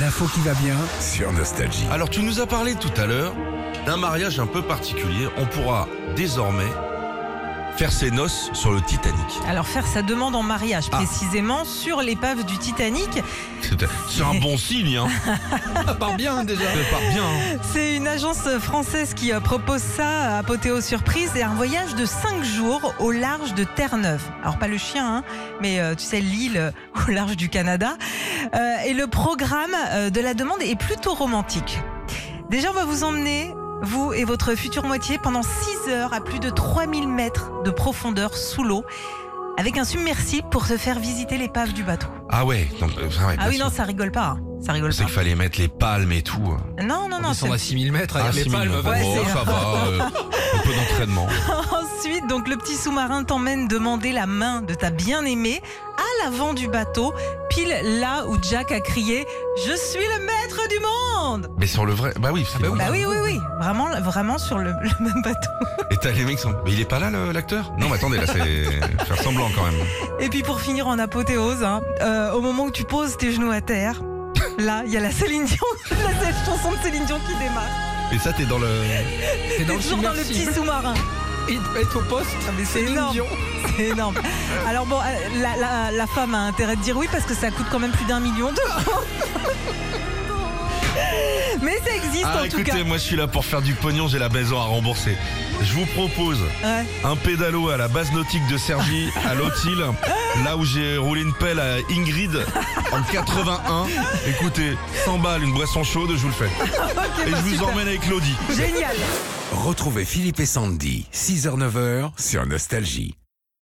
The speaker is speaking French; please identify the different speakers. Speaker 1: l'info qui va bien.
Speaker 2: sur Nostalgie.
Speaker 3: Alors tu nous as parlé tout à l'heure d'un mariage un peu particulier. On pourra désormais faire ses noces sur le Titanic.
Speaker 4: Alors faire sa demande en mariage
Speaker 3: Ah.
Speaker 4: précisément sur l'épave du Titanic,
Speaker 3: C'est un bon signe, hein.
Speaker 1: Ça part bien déjà.
Speaker 3: Ça part bien. hein.
Speaker 4: c'est une agence française qui euh, propose ça à Potéo Surprise et un voyage de 5 jours au large de Terre-Neuve. Alors pas le chien, hein, mais euh, tu sais l'île euh, au large du Canada. Euh, et le programme euh, de la demande est plutôt romantique. Déjà on va vous emmener, vous et votre future moitié, pendant 6 heures à plus de 3000 mètres de profondeur sous l'eau avec un submersible pour se faire visiter l'épave du bateau.
Speaker 3: Ah ouais. non, euh, ah ouais,
Speaker 4: Ah
Speaker 3: bien
Speaker 4: oui,
Speaker 3: sûr.
Speaker 4: non, ça rigole pas. hein. Ça rigole
Speaker 3: C'est qu'il
Speaker 4: pas.
Speaker 3: fallait mettre les palmes et tout.
Speaker 4: Non, non,
Speaker 1: On
Speaker 4: non.
Speaker 1: descend à
Speaker 4: c'est-
Speaker 1: 6000 mètres
Speaker 3: Ah,
Speaker 1: avec les
Speaker 3: 6000,
Speaker 1: palmes.
Speaker 3: bon,
Speaker 4: ouais, c'est-
Speaker 3: ça va. euh, un peu d'entraînement.
Speaker 4: Ensuite, donc, le petit sous-marin t'emmène demander la main de ta bien-aimée à l'avant du bateau, pile là où Jack a crié Je suis le maître du monde
Speaker 3: Mais sur le vrai. Bah oui. c'est
Speaker 1: bah
Speaker 3: bon.
Speaker 4: Bah oui, oui, oui. Vraiment, vraiment sur le, le même bateau.
Speaker 3: Et t'as les mecs qui sont. Mais il est pas là le- l'acteur Non, mais attendez, là c'est faire semblant quand même.
Speaker 4: Et puis, pour finir en apothéose, hein, euh, au moment où tu poses tes genoux à terre, là, il y a la Céline Dion, la chanson de Céline Dion qui démarre.
Speaker 3: Et ça t'es dans le.
Speaker 1: T'es dans
Speaker 4: T'es
Speaker 1: le
Speaker 4: toujours dans le petit
Speaker 1: submersible.
Speaker 4: sous-marin.
Speaker 1: Il te pète au poste. Mais
Speaker 4: c'est énorme. C'est énorme. Alors bon, euh, la, la- la femme a intérêt de dire oui parce que ça coûte quand même plus d'un million d'euros. Mais ça existe en
Speaker 3: Ah
Speaker 4: tout cas.
Speaker 3: écoutez, moi je suis là pour faire du pognon, j'ai la maison à rembourser. Je vous propose
Speaker 4: Ouais.
Speaker 3: un pédalo à la base nautique de Sergi à l'autre île, là où j'ai roulé une pelle à Ingrid en 81. Écoutez, 100 balles, une boisson chaude, je vous le fais. Et je vous emmène avec Claudie.
Speaker 4: bah, Génial.
Speaker 2: Retrouvez Philippe et Sandy, 6h-9h sur Nostalgie.